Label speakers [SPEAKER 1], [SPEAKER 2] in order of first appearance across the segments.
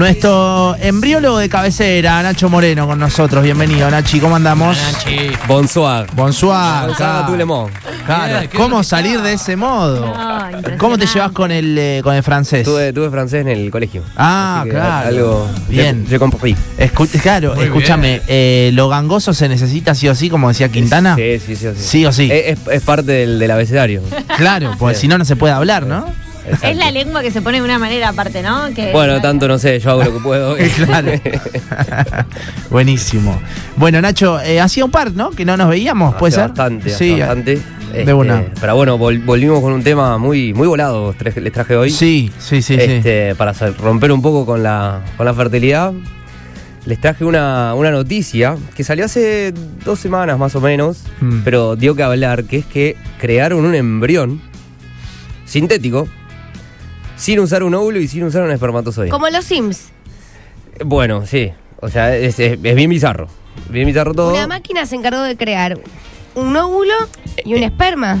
[SPEAKER 1] Nuestro embriólogo de cabecera, Nacho Moreno, con nosotros. Bienvenido, Nachi, ¿cómo andamos?
[SPEAKER 2] Nachi.
[SPEAKER 3] Bonsoir.
[SPEAKER 1] Bonsoir.
[SPEAKER 3] Bonsoir, tout le monde.
[SPEAKER 1] Claro,
[SPEAKER 2] Mirá, qué
[SPEAKER 1] ¿cómo
[SPEAKER 2] complicado.
[SPEAKER 1] salir de ese modo?
[SPEAKER 4] No,
[SPEAKER 1] ¿Cómo te
[SPEAKER 4] impresionante.
[SPEAKER 1] llevas con el, eh, con el francés?
[SPEAKER 3] Tuve, tuve francés en el colegio.
[SPEAKER 1] Ah,
[SPEAKER 3] Así que
[SPEAKER 1] claro.
[SPEAKER 3] Algo.
[SPEAKER 1] Bien.
[SPEAKER 3] Yo compré.
[SPEAKER 1] Escu- claro,
[SPEAKER 2] Muy
[SPEAKER 1] escúchame,
[SPEAKER 2] bien.
[SPEAKER 1] eh, lo gangoso se necesita sí o sí, como decía Quintana.
[SPEAKER 3] Sí, sí, sí. Sí,
[SPEAKER 1] Sí o sí.
[SPEAKER 3] Es, es- es parte del, del abecedario.
[SPEAKER 1] Claro, porque
[SPEAKER 3] Sí.
[SPEAKER 1] si no, no se puede hablar, ¿no?
[SPEAKER 3] Exacto.
[SPEAKER 4] Es la lengua que se pone de una manera aparte, ¿no? Que-
[SPEAKER 3] Bueno, tanto no sé, yo hago lo que puedo.
[SPEAKER 1] claro. Buenísimo. Bueno, Nacho, eh, hacía un par, ¿no? Que no nos veíamos,
[SPEAKER 3] Hace
[SPEAKER 1] ¿puede ser?
[SPEAKER 3] Bastante, hace
[SPEAKER 1] sí,
[SPEAKER 3] bastante.
[SPEAKER 1] de
[SPEAKER 3] Este,
[SPEAKER 1] una.
[SPEAKER 3] Pero bueno, vol- volvimos con un tema muy, muy volado, tra- les traje hoy.
[SPEAKER 1] Sí, sí, sí, sí.
[SPEAKER 3] Este, Para sa- romper un poco con la, con la fertilidad, les traje una, una noticia que salió hace dos semanas más o menos,
[SPEAKER 1] Mm.
[SPEAKER 3] pero dio que hablar, que es que crearon un embrión sintético sin usar un óvulo y sin usar un espermatozoide.
[SPEAKER 5] Como los Sims.
[SPEAKER 3] Bueno, sí. O sea, es, es- es bien bizarro. Bien bizarro todo.
[SPEAKER 5] Una máquina se encargó de crear un óvulo y
[SPEAKER 3] Eh,
[SPEAKER 5] un esperma.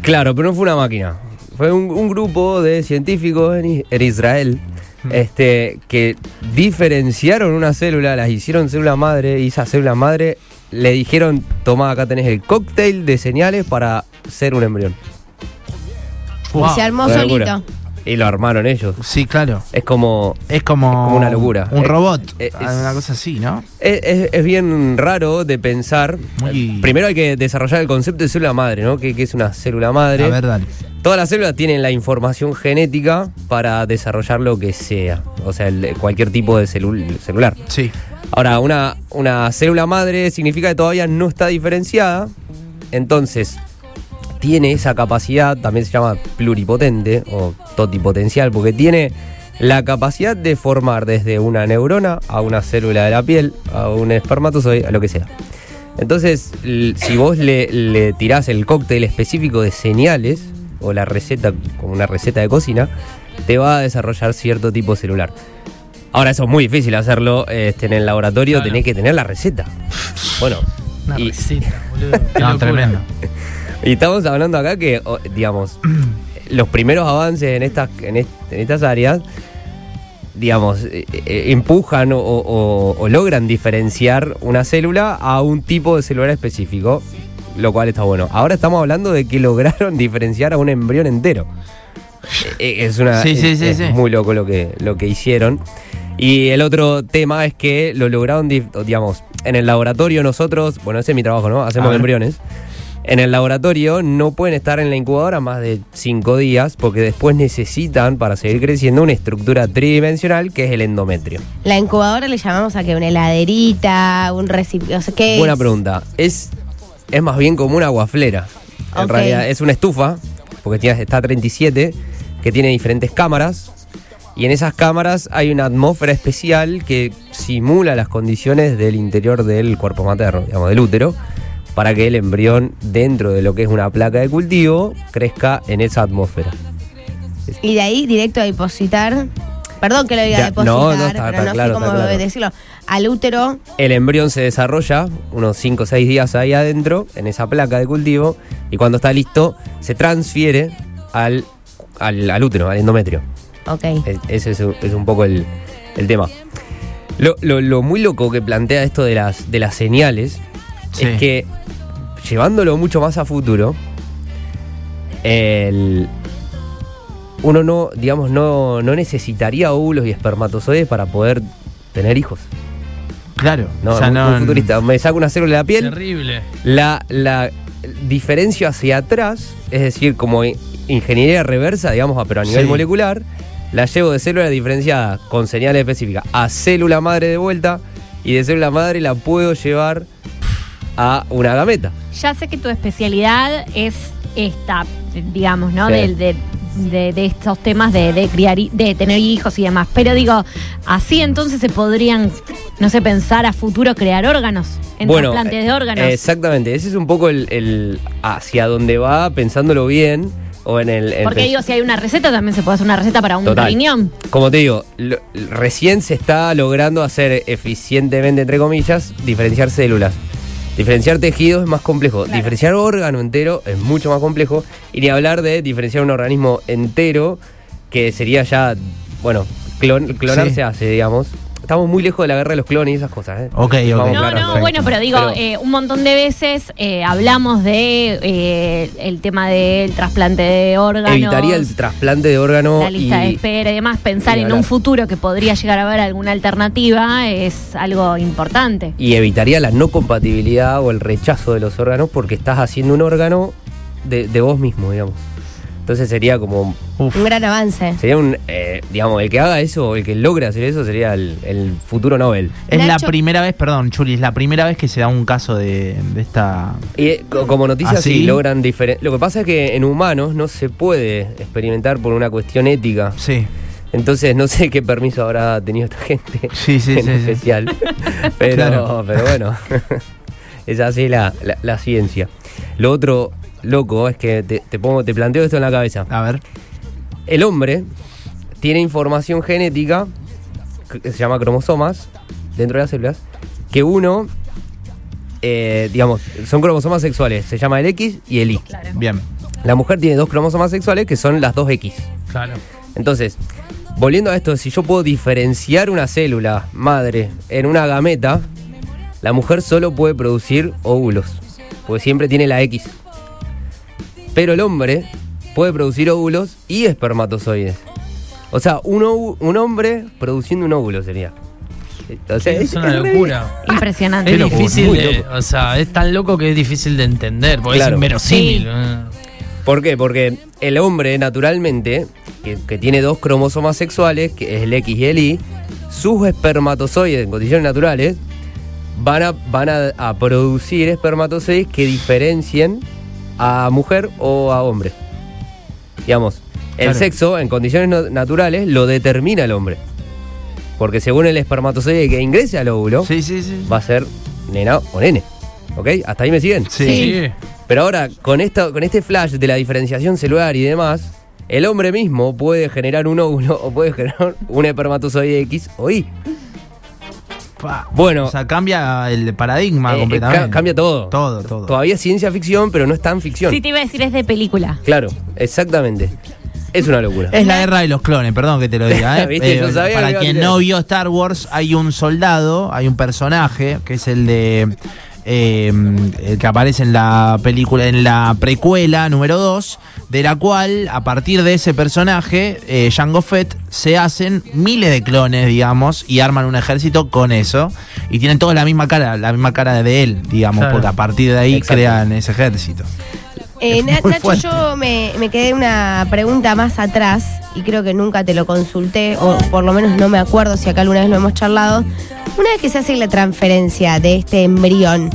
[SPEAKER 3] Claro, pero no fue una máquina. Fue un, un grupo de científicos en, I- en Israel este, que diferenciaron una célula, las hicieron célula madre y esas células madre le dijeron, tomá, acá tenés el cóctel de señales para ser un embrión.
[SPEAKER 1] Wow.
[SPEAKER 5] Y se armó
[SPEAKER 3] Una
[SPEAKER 5] solito.
[SPEAKER 3] locura. Y lo armaron ellos.
[SPEAKER 1] Sí, claro.
[SPEAKER 3] Es como...
[SPEAKER 1] Es como,
[SPEAKER 3] Es como una locura.
[SPEAKER 1] Un
[SPEAKER 3] Es-
[SPEAKER 1] robot. Ah,
[SPEAKER 3] es-
[SPEAKER 1] una cosa así, ¿no?
[SPEAKER 3] Es, es- es bien raro de pensar.
[SPEAKER 1] Muy-
[SPEAKER 3] Primero hay que desarrollar el concepto de célula madre, ¿no? ¿Qué, qué es una célula madre?
[SPEAKER 1] La verdad.
[SPEAKER 3] Todas las células tienen la información genética para desarrollar lo que sea, o sea, el- cualquier tipo de celu- celular.
[SPEAKER 1] Sí.
[SPEAKER 3] Ahora, una, una célula madre significa que todavía no está diferenciada, entonces tiene esa capacidad, también se llama pluripotente o totipotencial, porque tiene la capacidad de formar desde una neurona a una célula de la piel, a un espermatozoide, a lo que sea. Entonces, l- si vos le, le tirás el cóctel específico de señales, o la receta, como una receta de cocina, te va a desarrollar cierto tipo celular. Ahora, eso es muy difícil hacerlo este, en el laboratorio,
[SPEAKER 2] Claro.
[SPEAKER 3] tenés que tener la receta. Bueno,
[SPEAKER 1] Una
[SPEAKER 3] y,
[SPEAKER 1] receta, boludo.
[SPEAKER 2] Qué
[SPEAKER 1] No,
[SPEAKER 2] locura.
[SPEAKER 1] tremendo.
[SPEAKER 3] y estamos hablando acá que, o- digamos, los primeros avances en estas, en est- en estas áreas, digamos, eh, eh, empujan o, o- o logran diferenciar una célula a un tipo de celular específico, lo cual está bueno. Ahora estamos hablando de que lograron diferenciar a un embrión entero. Eh, eh, Es una
[SPEAKER 1] Sí, sí,
[SPEAKER 3] es-
[SPEAKER 1] sí,
[SPEAKER 3] es
[SPEAKER 1] sí.
[SPEAKER 3] muy loco lo que, lo que hicieron. Y el otro tema es que lo lograron, dif- o digamos, en el laboratorio nosotros, bueno, ese es mi trabajo, ¿no?
[SPEAKER 1] A
[SPEAKER 3] Hacemos
[SPEAKER 1] ver.
[SPEAKER 3] embriones. En el laboratorio no pueden estar en la incubadora más de cinco días porque después necesitan para seguir creciendo una estructura tridimensional que es el endometrio.
[SPEAKER 5] La incubadora le llamamos a que una heladerita, un recipiente. O sea, ¿qué
[SPEAKER 3] Buena
[SPEAKER 5] es?
[SPEAKER 3] pregunta. Es, es más bien como una guaflera. En
[SPEAKER 5] Ok.
[SPEAKER 3] realidad es una estufa, porque tiene, está a 37, que tiene diferentes cámaras. Y en esas cámaras hay una atmósfera especial que simula las condiciones del interior del cuerpo materno, digamos, del útero, para que el embrión, dentro de lo que es una placa de cultivo, crezca en esa atmósfera.
[SPEAKER 5] Y de ahí directo a depositar. Perdón que lo diga
[SPEAKER 3] Ya,
[SPEAKER 5] depositar,
[SPEAKER 3] no, no, está-
[SPEAKER 5] pero
[SPEAKER 3] está
[SPEAKER 5] no
[SPEAKER 3] claro,
[SPEAKER 5] sé cómo
[SPEAKER 3] está claro.
[SPEAKER 5] decirlo. Al útero,
[SPEAKER 3] El embrión se desarrolla unos 5 o 6 días ahí adentro, en esa placa de cultivo, y cuando está listo, se transfiere al, al, al útero, al endometrio.
[SPEAKER 5] ok.
[SPEAKER 3] Es- Ese es, un- es un poco el, el tema. Lo, lo- lo muy loco que plantea esto de las, de las señales
[SPEAKER 1] Sí.
[SPEAKER 3] es que, llevándolo mucho más a futuro, el- uno no, digamos, no, no necesitaría óvulos y espermatozoides para poder tener hijos.
[SPEAKER 1] Claro.
[SPEAKER 3] No,
[SPEAKER 1] o sea,
[SPEAKER 3] muy-
[SPEAKER 1] no-
[SPEAKER 3] muy futurista. Me saco una célula de la piel,
[SPEAKER 2] Terrible.
[SPEAKER 3] la, la diferencio hacia atrás, es decir, como i- ingeniería reversa, digamos, ah, pero a nivel
[SPEAKER 1] Sí.
[SPEAKER 3] molecular, la llevo de célula diferenciada con señales específicas a célula madre de vuelta y de célula madre la puedo llevar a una gameta.
[SPEAKER 4] Ya sé que tu especialidad es esta, digamos, ¿no?
[SPEAKER 3] Sí.
[SPEAKER 4] Del- De, de- de estos temas de, de criar, hi- de tener hijos y demás. Pero digo, así entonces se podrían, no sé, pensar a futuro crear órganos, en trasplantes de órganos.
[SPEAKER 3] eh, Exactamente, ese es un poco el, el hacia dónde va, pensándolo bien, o en el... en
[SPEAKER 4] Porque
[SPEAKER 3] pens-
[SPEAKER 4] digo, si hay una receta, también se puede hacer una receta para un
[SPEAKER 3] Total.
[SPEAKER 4] riñón.
[SPEAKER 3] Como te digo, lo- recién se está logrando hacer eficientemente, entre comillas, diferenciar células. Diferenciar tejidos es más complejo. Diferenciar órgano entero es mucho más complejo. Y ni hablar de diferenciar un organismo entero, que sería ya, bueno, clon- clonar
[SPEAKER 1] Sí.
[SPEAKER 3] se hace, digamos. Estamos muy lejos de la guerra de los clones y esas cosas, ¿eh?
[SPEAKER 1] Ok, ok.
[SPEAKER 3] Vamos,
[SPEAKER 4] No,
[SPEAKER 3] claro,
[SPEAKER 4] no,
[SPEAKER 1] perfecto.
[SPEAKER 4] bueno, pero digo,
[SPEAKER 3] Pero-
[SPEAKER 4] eh, un montón de veces eh, hablamos de eh, el tema del trasplante de órganos.
[SPEAKER 3] Evitaría el trasplante de órgano
[SPEAKER 4] la lista de
[SPEAKER 3] y
[SPEAKER 4] espera y demás,
[SPEAKER 3] y
[SPEAKER 4] pensar en
[SPEAKER 3] hablar.
[SPEAKER 4] un futuro que podría llegar a haber alguna alternativa es algo importante.
[SPEAKER 3] y evitaría la no compatibilidad o el rechazo de los órganos porque estás haciendo un órgano de, de vos mismo, digamos. Entonces sería como,
[SPEAKER 1] Uf.
[SPEAKER 5] Un gran avance.
[SPEAKER 3] sería un, eh, digamos, el que haga eso, el que logre hacer eso sería el, el futuro Nobel.
[SPEAKER 1] Es la
[SPEAKER 5] Nacho-
[SPEAKER 1] primera vez, perdón, Chuli, es la primera vez que se da un caso de, de esta.
[SPEAKER 3] Y eh, co- como noticia,
[SPEAKER 1] ¿Ah, sí?
[SPEAKER 3] sí logran diferente. Lo que pasa es que en humanos no se puede experimentar por una cuestión ética.
[SPEAKER 1] Sí,
[SPEAKER 3] Entonces no sé qué permiso habrá tenido esta gente.
[SPEAKER 1] Sí, sí,
[SPEAKER 3] en
[SPEAKER 1] sí, sí.
[SPEAKER 3] especial. Pero,
[SPEAKER 1] Claro.
[SPEAKER 3] pero bueno, es así la, la- la ciencia. Lo otro loco es que te, te pongo, te planteo esto en la cabeza.
[SPEAKER 1] a ver.
[SPEAKER 3] El hombre tiene información genética que se llama cromosomas dentro de las células que uno, eh, digamos, son cromosomas sexuales. Se llama el X y el Y.
[SPEAKER 1] Bien.
[SPEAKER 3] La mujer tiene dos cromosomas sexuales que son las dos X.
[SPEAKER 1] Claro.
[SPEAKER 3] Entonces, volviendo a esto, si yo puedo diferenciar una célula madre en una gameta, la mujer solo puede producir óvulos, porque siempre tiene la X. Pero el hombre puede producir óvulos y espermatozoides. O sea, un, ovu- un hombre produciendo un óvulo sería. O sea,
[SPEAKER 2] es una
[SPEAKER 3] re-
[SPEAKER 2] locura.
[SPEAKER 4] Impresionante.
[SPEAKER 2] Es
[SPEAKER 1] locura,
[SPEAKER 2] difícil
[SPEAKER 3] muy
[SPEAKER 2] de,
[SPEAKER 3] loco.
[SPEAKER 2] o sea, es tan loco que es difícil de entender, porque es
[SPEAKER 3] Claro.
[SPEAKER 2] inverosímil.
[SPEAKER 4] Sí.
[SPEAKER 2] eh.
[SPEAKER 3] ¿Por qué? Porque el hombre, naturalmente, que, que tiene dos cromosomas sexuales, que es el X y el Y, sus espermatozoides en condiciones naturales van a, van a, a producir espermatozoides que diferencien a mujer o a hombre. Digamos, el
[SPEAKER 1] Claro.
[SPEAKER 3] sexo en condiciones no- naturales lo determina el hombre. Porque según el espermatozoide que ingrese al óvulo,
[SPEAKER 1] Sí, sí, sí.
[SPEAKER 3] va a ser nena o nene. ¿Ok? ¿Hasta ahí me siguen?
[SPEAKER 1] Sí.
[SPEAKER 3] Pero ahora, con, esto, con este flash de la diferenciación celular y demás, el hombre mismo puede generar un óvulo o puede generar un espermatozoide X o Y.
[SPEAKER 1] Pa.
[SPEAKER 3] Bueno,
[SPEAKER 1] O sea, cambia el paradigma
[SPEAKER 3] eh, eh,
[SPEAKER 1] Ah, completamente.
[SPEAKER 3] ca- cambia todo.
[SPEAKER 1] Todo, todo.
[SPEAKER 3] Todavía es ciencia ficción, pero no es tan ficción.
[SPEAKER 4] Sí, te iba a decir, es de película.
[SPEAKER 3] Claro, exactamente. Es una locura.
[SPEAKER 1] Es la guerra de los clones, perdón que te lo diga. ¿eh?
[SPEAKER 3] Viste, yo
[SPEAKER 1] Eh,
[SPEAKER 3] sabía que
[SPEAKER 1] para
[SPEAKER 3] iba a
[SPEAKER 1] quien
[SPEAKER 3] tirar.
[SPEAKER 1] no vio Star Wars, hay un soldado, hay un personaje, que es el de... eh, el que aparece en la película, en la precuela número 2, de la cual, a partir de ese personaje, eh, Jango Fett, se hacen miles de clones, digamos, y arman un ejército con eso. Y tienen todos la misma cara, la misma cara de él, digamos,
[SPEAKER 2] Claro.
[SPEAKER 1] porque a partir de ahí
[SPEAKER 3] Exacto.
[SPEAKER 1] crean ese ejército.
[SPEAKER 5] Eh,
[SPEAKER 1] Es
[SPEAKER 5] Na-
[SPEAKER 1] muy
[SPEAKER 5] Nacho,
[SPEAKER 1] fuerte.
[SPEAKER 5] yo me, me quedé una pregunta más atrás y creo que nunca te lo consulté, o por lo menos no me acuerdo si acá alguna vez lo hemos charlado. Una vez que se hace la transferencia de este embrión,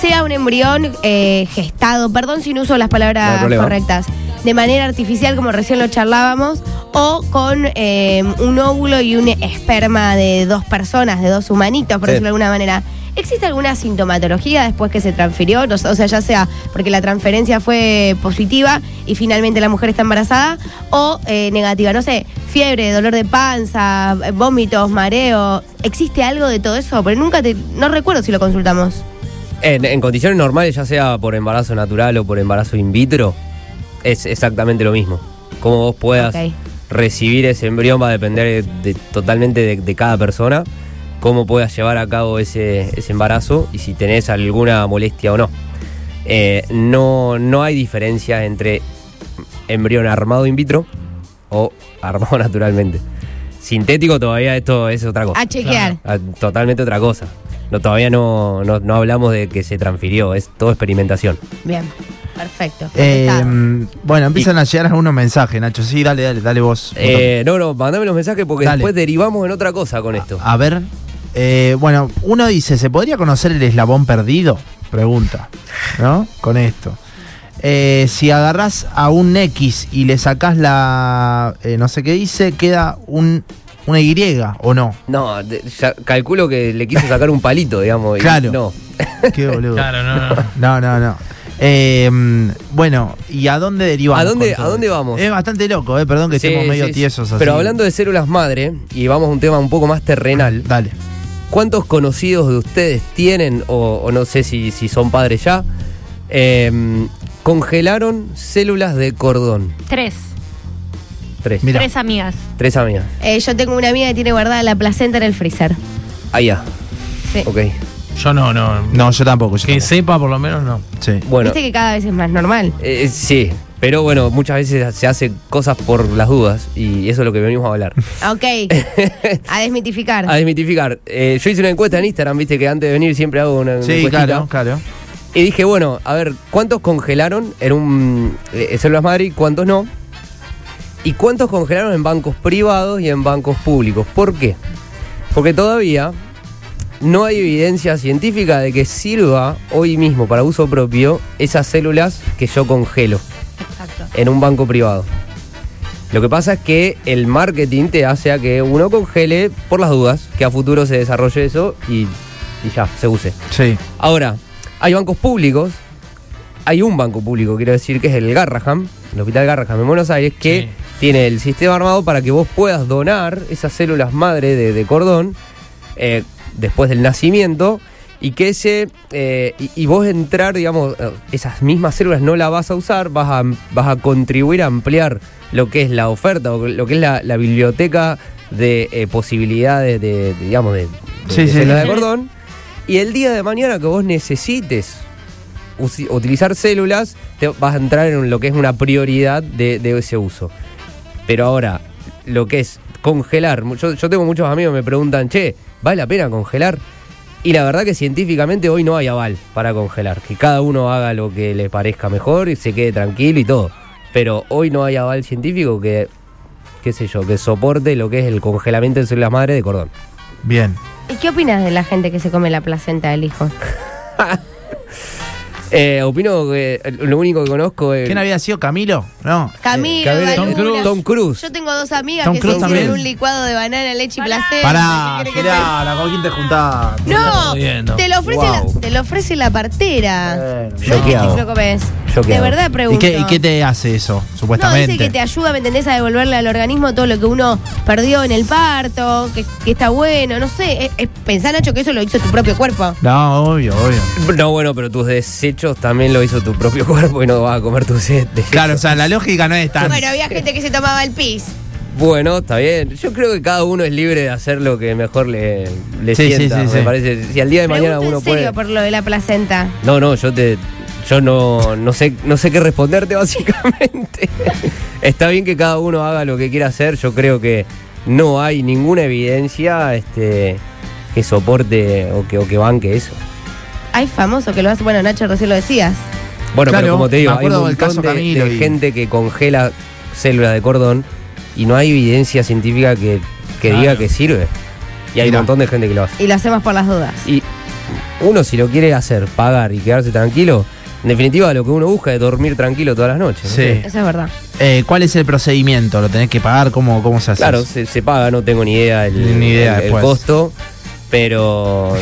[SPEAKER 5] sea un embrión eh, gestado, perdón si no uso las
[SPEAKER 3] No hay
[SPEAKER 5] palabras
[SPEAKER 3] problema.
[SPEAKER 5] correctas, de manera artificial, como recién lo charlábamos, o con eh, un óvulo y un esperma de dos personas, de dos humanitos, por
[SPEAKER 3] Sí.
[SPEAKER 5] decirlo de alguna manera. ¿Existe alguna sintomatología después que se transfirió? No sé, O sea, ya sea porque la transferencia fue positiva y finalmente la mujer está embarazada o eh, negativa. No sé, fiebre, dolor de panza, eh, vómitos, mareo. ¿Existe algo de todo eso? Pero nunca te. No recuerdo si lo consultamos.
[SPEAKER 3] En, en condiciones normales, ya sea por embarazo natural o por embarazo in vitro, es exactamente lo mismo. Cómo vos puedas
[SPEAKER 5] Ok.
[SPEAKER 3] recibir ese embrión va a depender de- de- totalmente de, de cada persona, cómo puedas llevar a cabo ese, ese embarazo y si tenés alguna molestia o no. Eh, no, no hay diferencia entre embrión armado in vitro o armado naturalmente. Sintético todavía esto es otra cosa.
[SPEAKER 5] A chequear.
[SPEAKER 3] Ah, Totalmente otra cosa. No, todavía no, no, no hablamos de que se transfirió, es todo experimentación.
[SPEAKER 5] Bien. Perfecto.
[SPEAKER 1] Eh,
[SPEAKER 5] Contestado.
[SPEAKER 1] bueno, empiezan a llegar algunos mensajes, Nacho. Sí, dale, dale, dale vos.
[SPEAKER 3] Eh, no, no, mandame los mensajes porque
[SPEAKER 1] Dale. Ah,
[SPEAKER 3] después derivamos en otra cosa con esto.
[SPEAKER 1] a ver. eh, bueno, uno dice, ¿se podría conocer el eslabón perdido? Pregunta, ¿no? Con esto. Eh, si agarrás a un X y le sacás la... eh, no sé qué dice, queda un, una Y, ¿o no?
[SPEAKER 3] No, de- ya calculo que le quiso sacar un palito, digamos. y
[SPEAKER 1] Claro.
[SPEAKER 3] No.
[SPEAKER 1] Qué boludo.
[SPEAKER 2] Claro, no, no.
[SPEAKER 1] No, no, no. Eh, bueno, ¿y a dónde derivamos?
[SPEAKER 3] ¿A dónde-
[SPEAKER 1] con todo
[SPEAKER 3] a dónde
[SPEAKER 1] esto?
[SPEAKER 3] vamos?
[SPEAKER 1] Es bastante loco, eh, perdón que
[SPEAKER 3] Sí,
[SPEAKER 1] estemos medio
[SPEAKER 3] sí, sí.
[SPEAKER 1] tiesos así.
[SPEAKER 3] Pero hablando de células madre, y vamos a un tema un poco más terrenal,
[SPEAKER 1] Dale.
[SPEAKER 3] ¿cuántos conocidos de ustedes tienen, o, o no sé si, si son padres ya, em, eh, congelaron células de cordón?
[SPEAKER 4] Tres.
[SPEAKER 3] tres.
[SPEAKER 1] Mira.
[SPEAKER 4] Tres amigas.
[SPEAKER 3] Tres amigas.
[SPEAKER 5] Eh, yo tengo una amiga que tiene guardada la placenta en el freezer.
[SPEAKER 3] Ah, ya.
[SPEAKER 5] Sí.
[SPEAKER 3] Ok.
[SPEAKER 2] Yo no, no.
[SPEAKER 1] No, yo tampoco. yo
[SPEAKER 2] Que
[SPEAKER 1] tampoco.
[SPEAKER 2] sepa, por lo menos, no.
[SPEAKER 1] Sí.
[SPEAKER 3] Bueno.
[SPEAKER 5] Viste que cada vez es más normal.
[SPEAKER 3] Eh, sí, pero bueno, muchas veces se hacen cosas por las dudas y eso es lo que venimos a hablar.
[SPEAKER 5] Ok. a desmitificar.
[SPEAKER 3] A desmitificar. Eh, yo hice una encuesta en Instagram, viste que antes de venir siempre hago una, una
[SPEAKER 1] Sí,
[SPEAKER 3] encuestita.
[SPEAKER 1] claro, claro.
[SPEAKER 3] Y dije, bueno, a ver, ¿cuántos congelaron en un eh, células madre y cuántos no? ¿Y cuántos congelaron en bancos privados y en bancos públicos? ¿Por qué? Porque todavía no hay evidencia científica de que sirva hoy mismo para uso propio esas células que yo congelo
[SPEAKER 4] Exacto.
[SPEAKER 3] en un banco privado. Lo que pasa es que el marketing te hace a que uno congele por las dudas, que a futuro se desarrolle eso y, y ya, se use.
[SPEAKER 1] Sí.
[SPEAKER 3] Ahora, hay bancos públicos. Hay un banco público, quiero decir, que es el Garraham, el Hospital Garraham en Buenos Aires, que
[SPEAKER 2] Sí.
[SPEAKER 3] tiene el sistema armado para que vos puedas donar esas células madre de, de cordón eh, después del nacimiento y que ese eh, y, y vos entrar, digamos, eh, esas mismas células no las vas a usar, vas a, vas a contribuir a ampliar lo que es la oferta o lo que es la, la biblioteca de eh, posibilidades de, de, digamos, de, de-
[SPEAKER 1] Sí,
[SPEAKER 3] de
[SPEAKER 1] sí.
[SPEAKER 3] células de cordón. Y el día de mañana que vos necesites usi- utilizar células, te vas a entrar en lo que es una prioridad de, de ese uso. Pero ahora, lo que es congelar, mu- yo, yo tengo muchos amigos que me preguntan, che, ¿vale la pena congelar? Y la verdad que científicamente hoy no hay aval para congelar, que cada uno haga lo que le parezca mejor y se quede tranquilo y todo. Pero hoy no hay aval científico que, qué sé yo, que soporte lo que es el congelamiento de células madre de cordón.
[SPEAKER 1] Bien.
[SPEAKER 5] ¿Y qué opinas de la gente que se come la placenta del hijo?
[SPEAKER 3] Eh, opino que lo único que conozco
[SPEAKER 5] Eh.
[SPEAKER 3] es...
[SPEAKER 1] ¿Quién había sido? ¿Camilo? No.
[SPEAKER 5] Camilo,
[SPEAKER 3] Eh,
[SPEAKER 2] Tom
[SPEAKER 3] Gabriel-
[SPEAKER 5] Valuna.
[SPEAKER 2] Cruise.
[SPEAKER 3] Tom Cruise.
[SPEAKER 5] Yo tengo dos amigas
[SPEAKER 1] Tom
[SPEAKER 5] que
[SPEAKER 1] Cruise
[SPEAKER 5] se hicieron
[SPEAKER 1] también.
[SPEAKER 5] un licuado de banana, leche y placenta.
[SPEAKER 1] Pará,
[SPEAKER 5] Eh, ¿Qué querés que te-
[SPEAKER 1] Gerala, ¿con quién te juntás?
[SPEAKER 5] No,
[SPEAKER 2] Jodiendo.
[SPEAKER 5] te lo, ofrece
[SPEAKER 3] Wow.
[SPEAKER 5] la, te lo ofrece la partera.
[SPEAKER 1] Bueno,
[SPEAKER 5] No es que
[SPEAKER 3] Choqueado.
[SPEAKER 5] te lo comes.
[SPEAKER 3] Choqueado.
[SPEAKER 5] De verdad pregunto.
[SPEAKER 1] Eh, ¿Y qué, y qué te hace eso,
[SPEAKER 5] no,
[SPEAKER 1] supuestamente?
[SPEAKER 5] dice que te ayuda, ¿me entendés? A devolverle al organismo todo lo que uno perdió en el parto, que, que está bueno, no sé. Es, es- pensá, Nacho, que eso lo hizo tu propio cuerpo.
[SPEAKER 1] No, obvio, obvio.
[SPEAKER 3] No, bueno, pero tus desechos también lo hizo tu propio cuerpo y no vas a comer tus de- desechos.
[SPEAKER 1] Claro, o sea, la lógica no es tan.
[SPEAKER 5] Bueno, había gente que se tomaba el pis.
[SPEAKER 3] Bueno, está bien. Yo creo que cada uno es libre de hacer lo que mejor le, le
[SPEAKER 1] Sí, sí,
[SPEAKER 3] sienta,
[SPEAKER 1] sí,
[SPEAKER 3] me
[SPEAKER 1] sí.
[SPEAKER 3] parece. Si al día de Eh, mañana
[SPEAKER 5] Pregunto
[SPEAKER 3] uno
[SPEAKER 5] en serio
[SPEAKER 3] puede...
[SPEAKER 5] por lo de la placenta.
[SPEAKER 3] No, no, yo te... Yo no, no, sé, no sé qué responderte básicamente. Está bien que cada uno haga lo que quiera hacer. Yo creo que no hay ninguna evidencia este, que soporte o que, o que banque eso.
[SPEAKER 5] Hay famoso que lo hace, bueno, Nacho, recién lo decías.
[SPEAKER 3] Bueno,
[SPEAKER 1] Claro,
[SPEAKER 3] pero como te
[SPEAKER 1] me
[SPEAKER 3] digo, hay un
[SPEAKER 1] acuerdo del
[SPEAKER 3] montón
[SPEAKER 1] caso
[SPEAKER 3] de,
[SPEAKER 1] Camilo
[SPEAKER 3] de
[SPEAKER 1] y-
[SPEAKER 3] gente que congela células de cordón y no hay evidencia científica que, que
[SPEAKER 2] Claro.
[SPEAKER 3] diga que sirve. Y hay
[SPEAKER 1] Mirá.
[SPEAKER 3] un montón de gente que lo hace.
[SPEAKER 5] Y lo hacemos por las dudas.
[SPEAKER 3] Y uno si lo quiere hacer, pagar y quedarse tranquilo, en definitiva lo que uno busca es dormir tranquilo todas las noches. ¿no?
[SPEAKER 1] Sí.
[SPEAKER 5] Eso es verdad.
[SPEAKER 1] Eh, ¿Cuál es el procedimiento? ¿Lo tenés que pagar? ¿Cómo, cómo se hace?
[SPEAKER 3] Claro,
[SPEAKER 1] eso?
[SPEAKER 3] se, se paga, no tengo ni idea el,
[SPEAKER 1] Ni idea
[SPEAKER 3] el- el
[SPEAKER 1] después.
[SPEAKER 3] costo, pero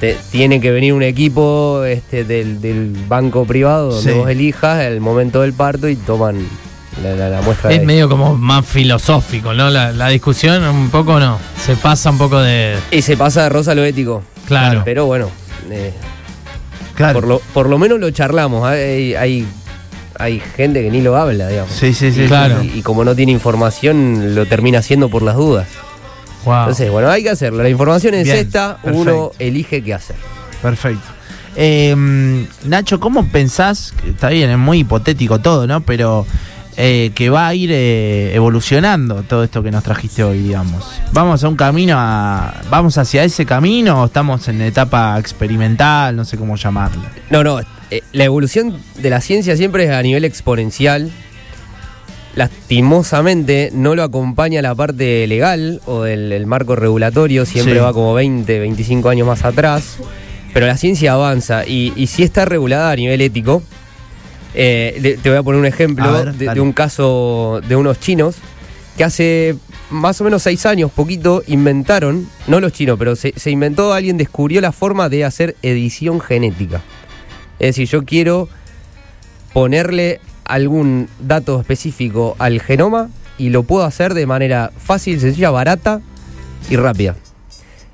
[SPEAKER 3] te- tiene que venir un equipo este, del, del banco privado donde
[SPEAKER 1] Sí.
[SPEAKER 3] vos elijas el momento del parto y toman la, la- la muestra.
[SPEAKER 2] Es
[SPEAKER 3] de-
[SPEAKER 2] medio como más filosófico, ¿no? La, la discusión un poco no. Se pasa un poco de...
[SPEAKER 3] Y se pasa de rosa a lo ético.
[SPEAKER 2] Claro.
[SPEAKER 3] Pero bueno, eh,
[SPEAKER 1] Claro.
[SPEAKER 3] por, lo, por lo menos lo charlamos. Hay, hay, hay gente que ni lo habla, digamos.
[SPEAKER 1] Sí, sí, sí.
[SPEAKER 3] Y-
[SPEAKER 2] Claro.
[SPEAKER 3] y, y como no tiene información, lo termina haciendo por las dudas.
[SPEAKER 2] Wow.
[SPEAKER 3] Entonces, bueno, hay que hacerlo. La información es
[SPEAKER 1] Ah. Bien,
[SPEAKER 3] esta, uno
[SPEAKER 1] perfecto.
[SPEAKER 3] elige qué hacer.
[SPEAKER 1] Perfecto. Eh, Nacho, ¿cómo pensás? que Está bien, es muy hipotético todo, ¿no? Pero eh, que va a ir eh, evolucionando todo esto que nos trajiste hoy, digamos. ¿Vamos a un camino a. ¿Vamos hacia ese camino o estamos en etapa experimental? No sé cómo llamarla.
[SPEAKER 3] No, no. eh, la evolución de la ciencia siempre es a nivel exponencial. Lastimosamente no lo acompaña la parte legal o del el marco regulatorio, siempre
[SPEAKER 1] Sí.
[SPEAKER 3] va como 20, 25 años más atrás. Pero la ciencia avanza y, y sí está regulada a nivel ético. Eh, de- te voy a poner un ejemplo
[SPEAKER 1] A ver,
[SPEAKER 3] de,
[SPEAKER 1] dale.
[SPEAKER 3] de un caso de unos chinos que hace más o menos seis años, poquito, inventaron, no los chinos, pero se, se inventó, alguien descubrió la forma de hacer edición genética. Es decir, yo quiero ponerle algún dato específico al genoma y lo puedo hacer de manera fácil, sencilla, barata y rápida.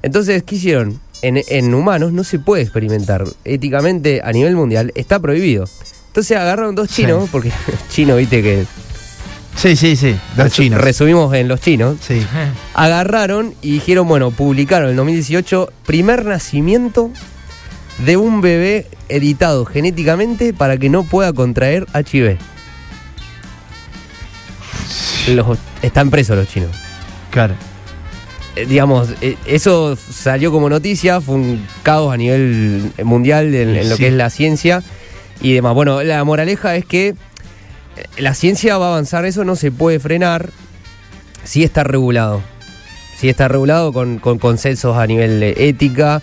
[SPEAKER 3] Entonces, ¿qué hicieron? En, en humanos no se puede experimentar. Éticamente, a nivel mundial, está prohibido. Entonces agarraron dos
[SPEAKER 1] Sí.
[SPEAKER 3] chinos, porque chino, viste que
[SPEAKER 1] Sí, sí, sí. Los
[SPEAKER 3] Resu-
[SPEAKER 1] chinos.
[SPEAKER 3] Resumimos en los chinos.
[SPEAKER 1] Sí.
[SPEAKER 3] Agarraron y dijeron, bueno, publicaron en 2018 primer nacimiento de un bebé editado genéticamente para que no pueda contraer HIV. Los- están presos los chinos.
[SPEAKER 1] Claro.
[SPEAKER 3] Eh, digamos, eh, eso salió como noticia, fue un caos a nivel mundial en, en lo
[SPEAKER 1] Sí.
[SPEAKER 3] que es la ciencia y demás. Bueno, la moraleja es que eh, la ciencia va a avanzar, eso no se puede frenar si está regulado. Si está regulado con, con consensos a nivel de ética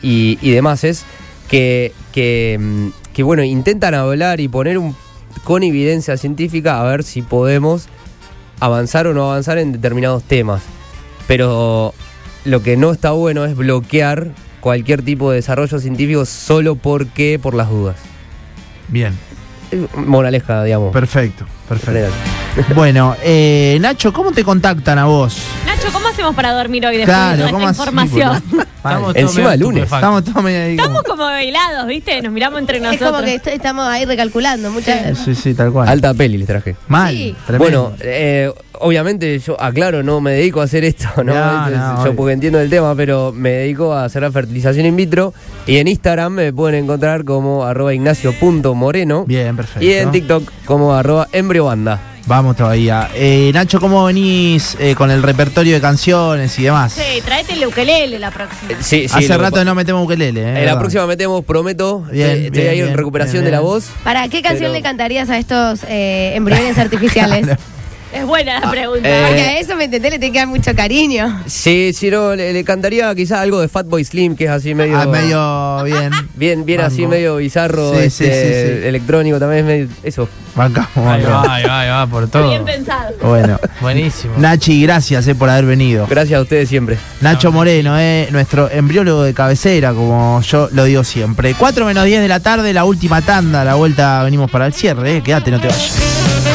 [SPEAKER 3] y, y demás es que, que, mm, que, bueno, intentan hablar y poner un, con evidencia científica a ver si podemos avanzar o no avanzar en determinados temas. Pero lo que no está bueno es bloquear cualquier tipo de desarrollo científico solo porque por las dudas.
[SPEAKER 1] Bien.
[SPEAKER 3] Eh, Moraleja, digamos.
[SPEAKER 1] Perfecto.
[SPEAKER 3] General.
[SPEAKER 1] Perfecto. bueno, eh, Nacho, ¿cómo te contactan a vos?
[SPEAKER 4] Nacho, ¿cómo hacemos para dormir hoy después de toda esta
[SPEAKER 1] así,
[SPEAKER 4] información?
[SPEAKER 1] boludo? Vale.
[SPEAKER 2] todos
[SPEAKER 3] Encima
[SPEAKER 2] medio
[SPEAKER 3] lunes.
[SPEAKER 2] estupefactos.
[SPEAKER 1] Estamos todos medio ahí como-
[SPEAKER 4] Estamos como velados, ¿viste? Nos miramos entre
[SPEAKER 5] Es
[SPEAKER 4] nosotros.
[SPEAKER 5] como que est- estamos ahí recalculando muchas
[SPEAKER 1] Eh, Sí, sí, tal cual.
[SPEAKER 3] Alta peli les traje.
[SPEAKER 1] Mal.
[SPEAKER 5] Sí.
[SPEAKER 1] tremendo.
[SPEAKER 3] Bueno, eh, obviamente yo aclaro, no me dedico a hacer esto, ¿no?
[SPEAKER 1] No,
[SPEAKER 3] Es- es-
[SPEAKER 1] no,
[SPEAKER 3] yo
[SPEAKER 1] obvio.
[SPEAKER 3] porque entiendo el tema, pero me dedico a hacer la fertilización in vitro. Y en Instagram me pueden encontrar como arroba ignacio.moreno.
[SPEAKER 1] Bien, perfecto.
[SPEAKER 3] Y en TikTok como arroba embriobanda.
[SPEAKER 1] Vamos todavía. Eh, Nacho, ¿cómo venís eh, con el repertorio de canciones y demás?
[SPEAKER 4] Sí, traete el ukelele la próxima.
[SPEAKER 3] Eh, Sí, sí,
[SPEAKER 1] Hace
[SPEAKER 3] lo que
[SPEAKER 1] rato
[SPEAKER 3] pa-
[SPEAKER 1] que no metemos ukelele. eh,
[SPEAKER 3] En la
[SPEAKER 1] ¿verdad?
[SPEAKER 3] próxima metemos, prometo.
[SPEAKER 1] Bien,
[SPEAKER 3] te- te
[SPEAKER 1] bien,
[SPEAKER 3] voy a ir en
[SPEAKER 1] bien,
[SPEAKER 3] recuperación
[SPEAKER 1] bien,
[SPEAKER 3] de la
[SPEAKER 1] bien.
[SPEAKER 3] voz.
[SPEAKER 5] ¿Para qué
[SPEAKER 3] Pero-
[SPEAKER 5] canción le cantarías a estos eh, embriones artificiales?
[SPEAKER 1] Claro.
[SPEAKER 4] Es buena la pregunta.
[SPEAKER 3] eh,
[SPEAKER 5] Porque a eso me entendés, le tengo que dar mucho cariño.
[SPEAKER 3] Sí, sí, no, le, le cantaría quizás algo de Fatboy Slim, que es así medio.
[SPEAKER 1] Ah, medio bien.
[SPEAKER 3] Bien, bien así,
[SPEAKER 1] Banco.
[SPEAKER 3] medio bizarro,
[SPEAKER 1] Sí, sí,
[SPEAKER 3] este,
[SPEAKER 1] sí, sí.
[SPEAKER 3] electrónico también, es medio, eso.
[SPEAKER 1] Bancamos,
[SPEAKER 2] Ahí
[SPEAKER 1] bancamos.
[SPEAKER 2] va, ahí va, ahí va, por todo.
[SPEAKER 4] Bien pensado.
[SPEAKER 1] Bueno.
[SPEAKER 2] Buenísimo.
[SPEAKER 1] Nachi, gracias eh, por haber venido.
[SPEAKER 3] Gracias a ustedes siempre.
[SPEAKER 1] Nacho Moreno, eh, nuestro embriólogo de cabecera, como yo lo digo siempre. 4 menos 10 de la tarde, la última tanda, la vuelta venimos para el cierre. eh. Quédate, no te vayas.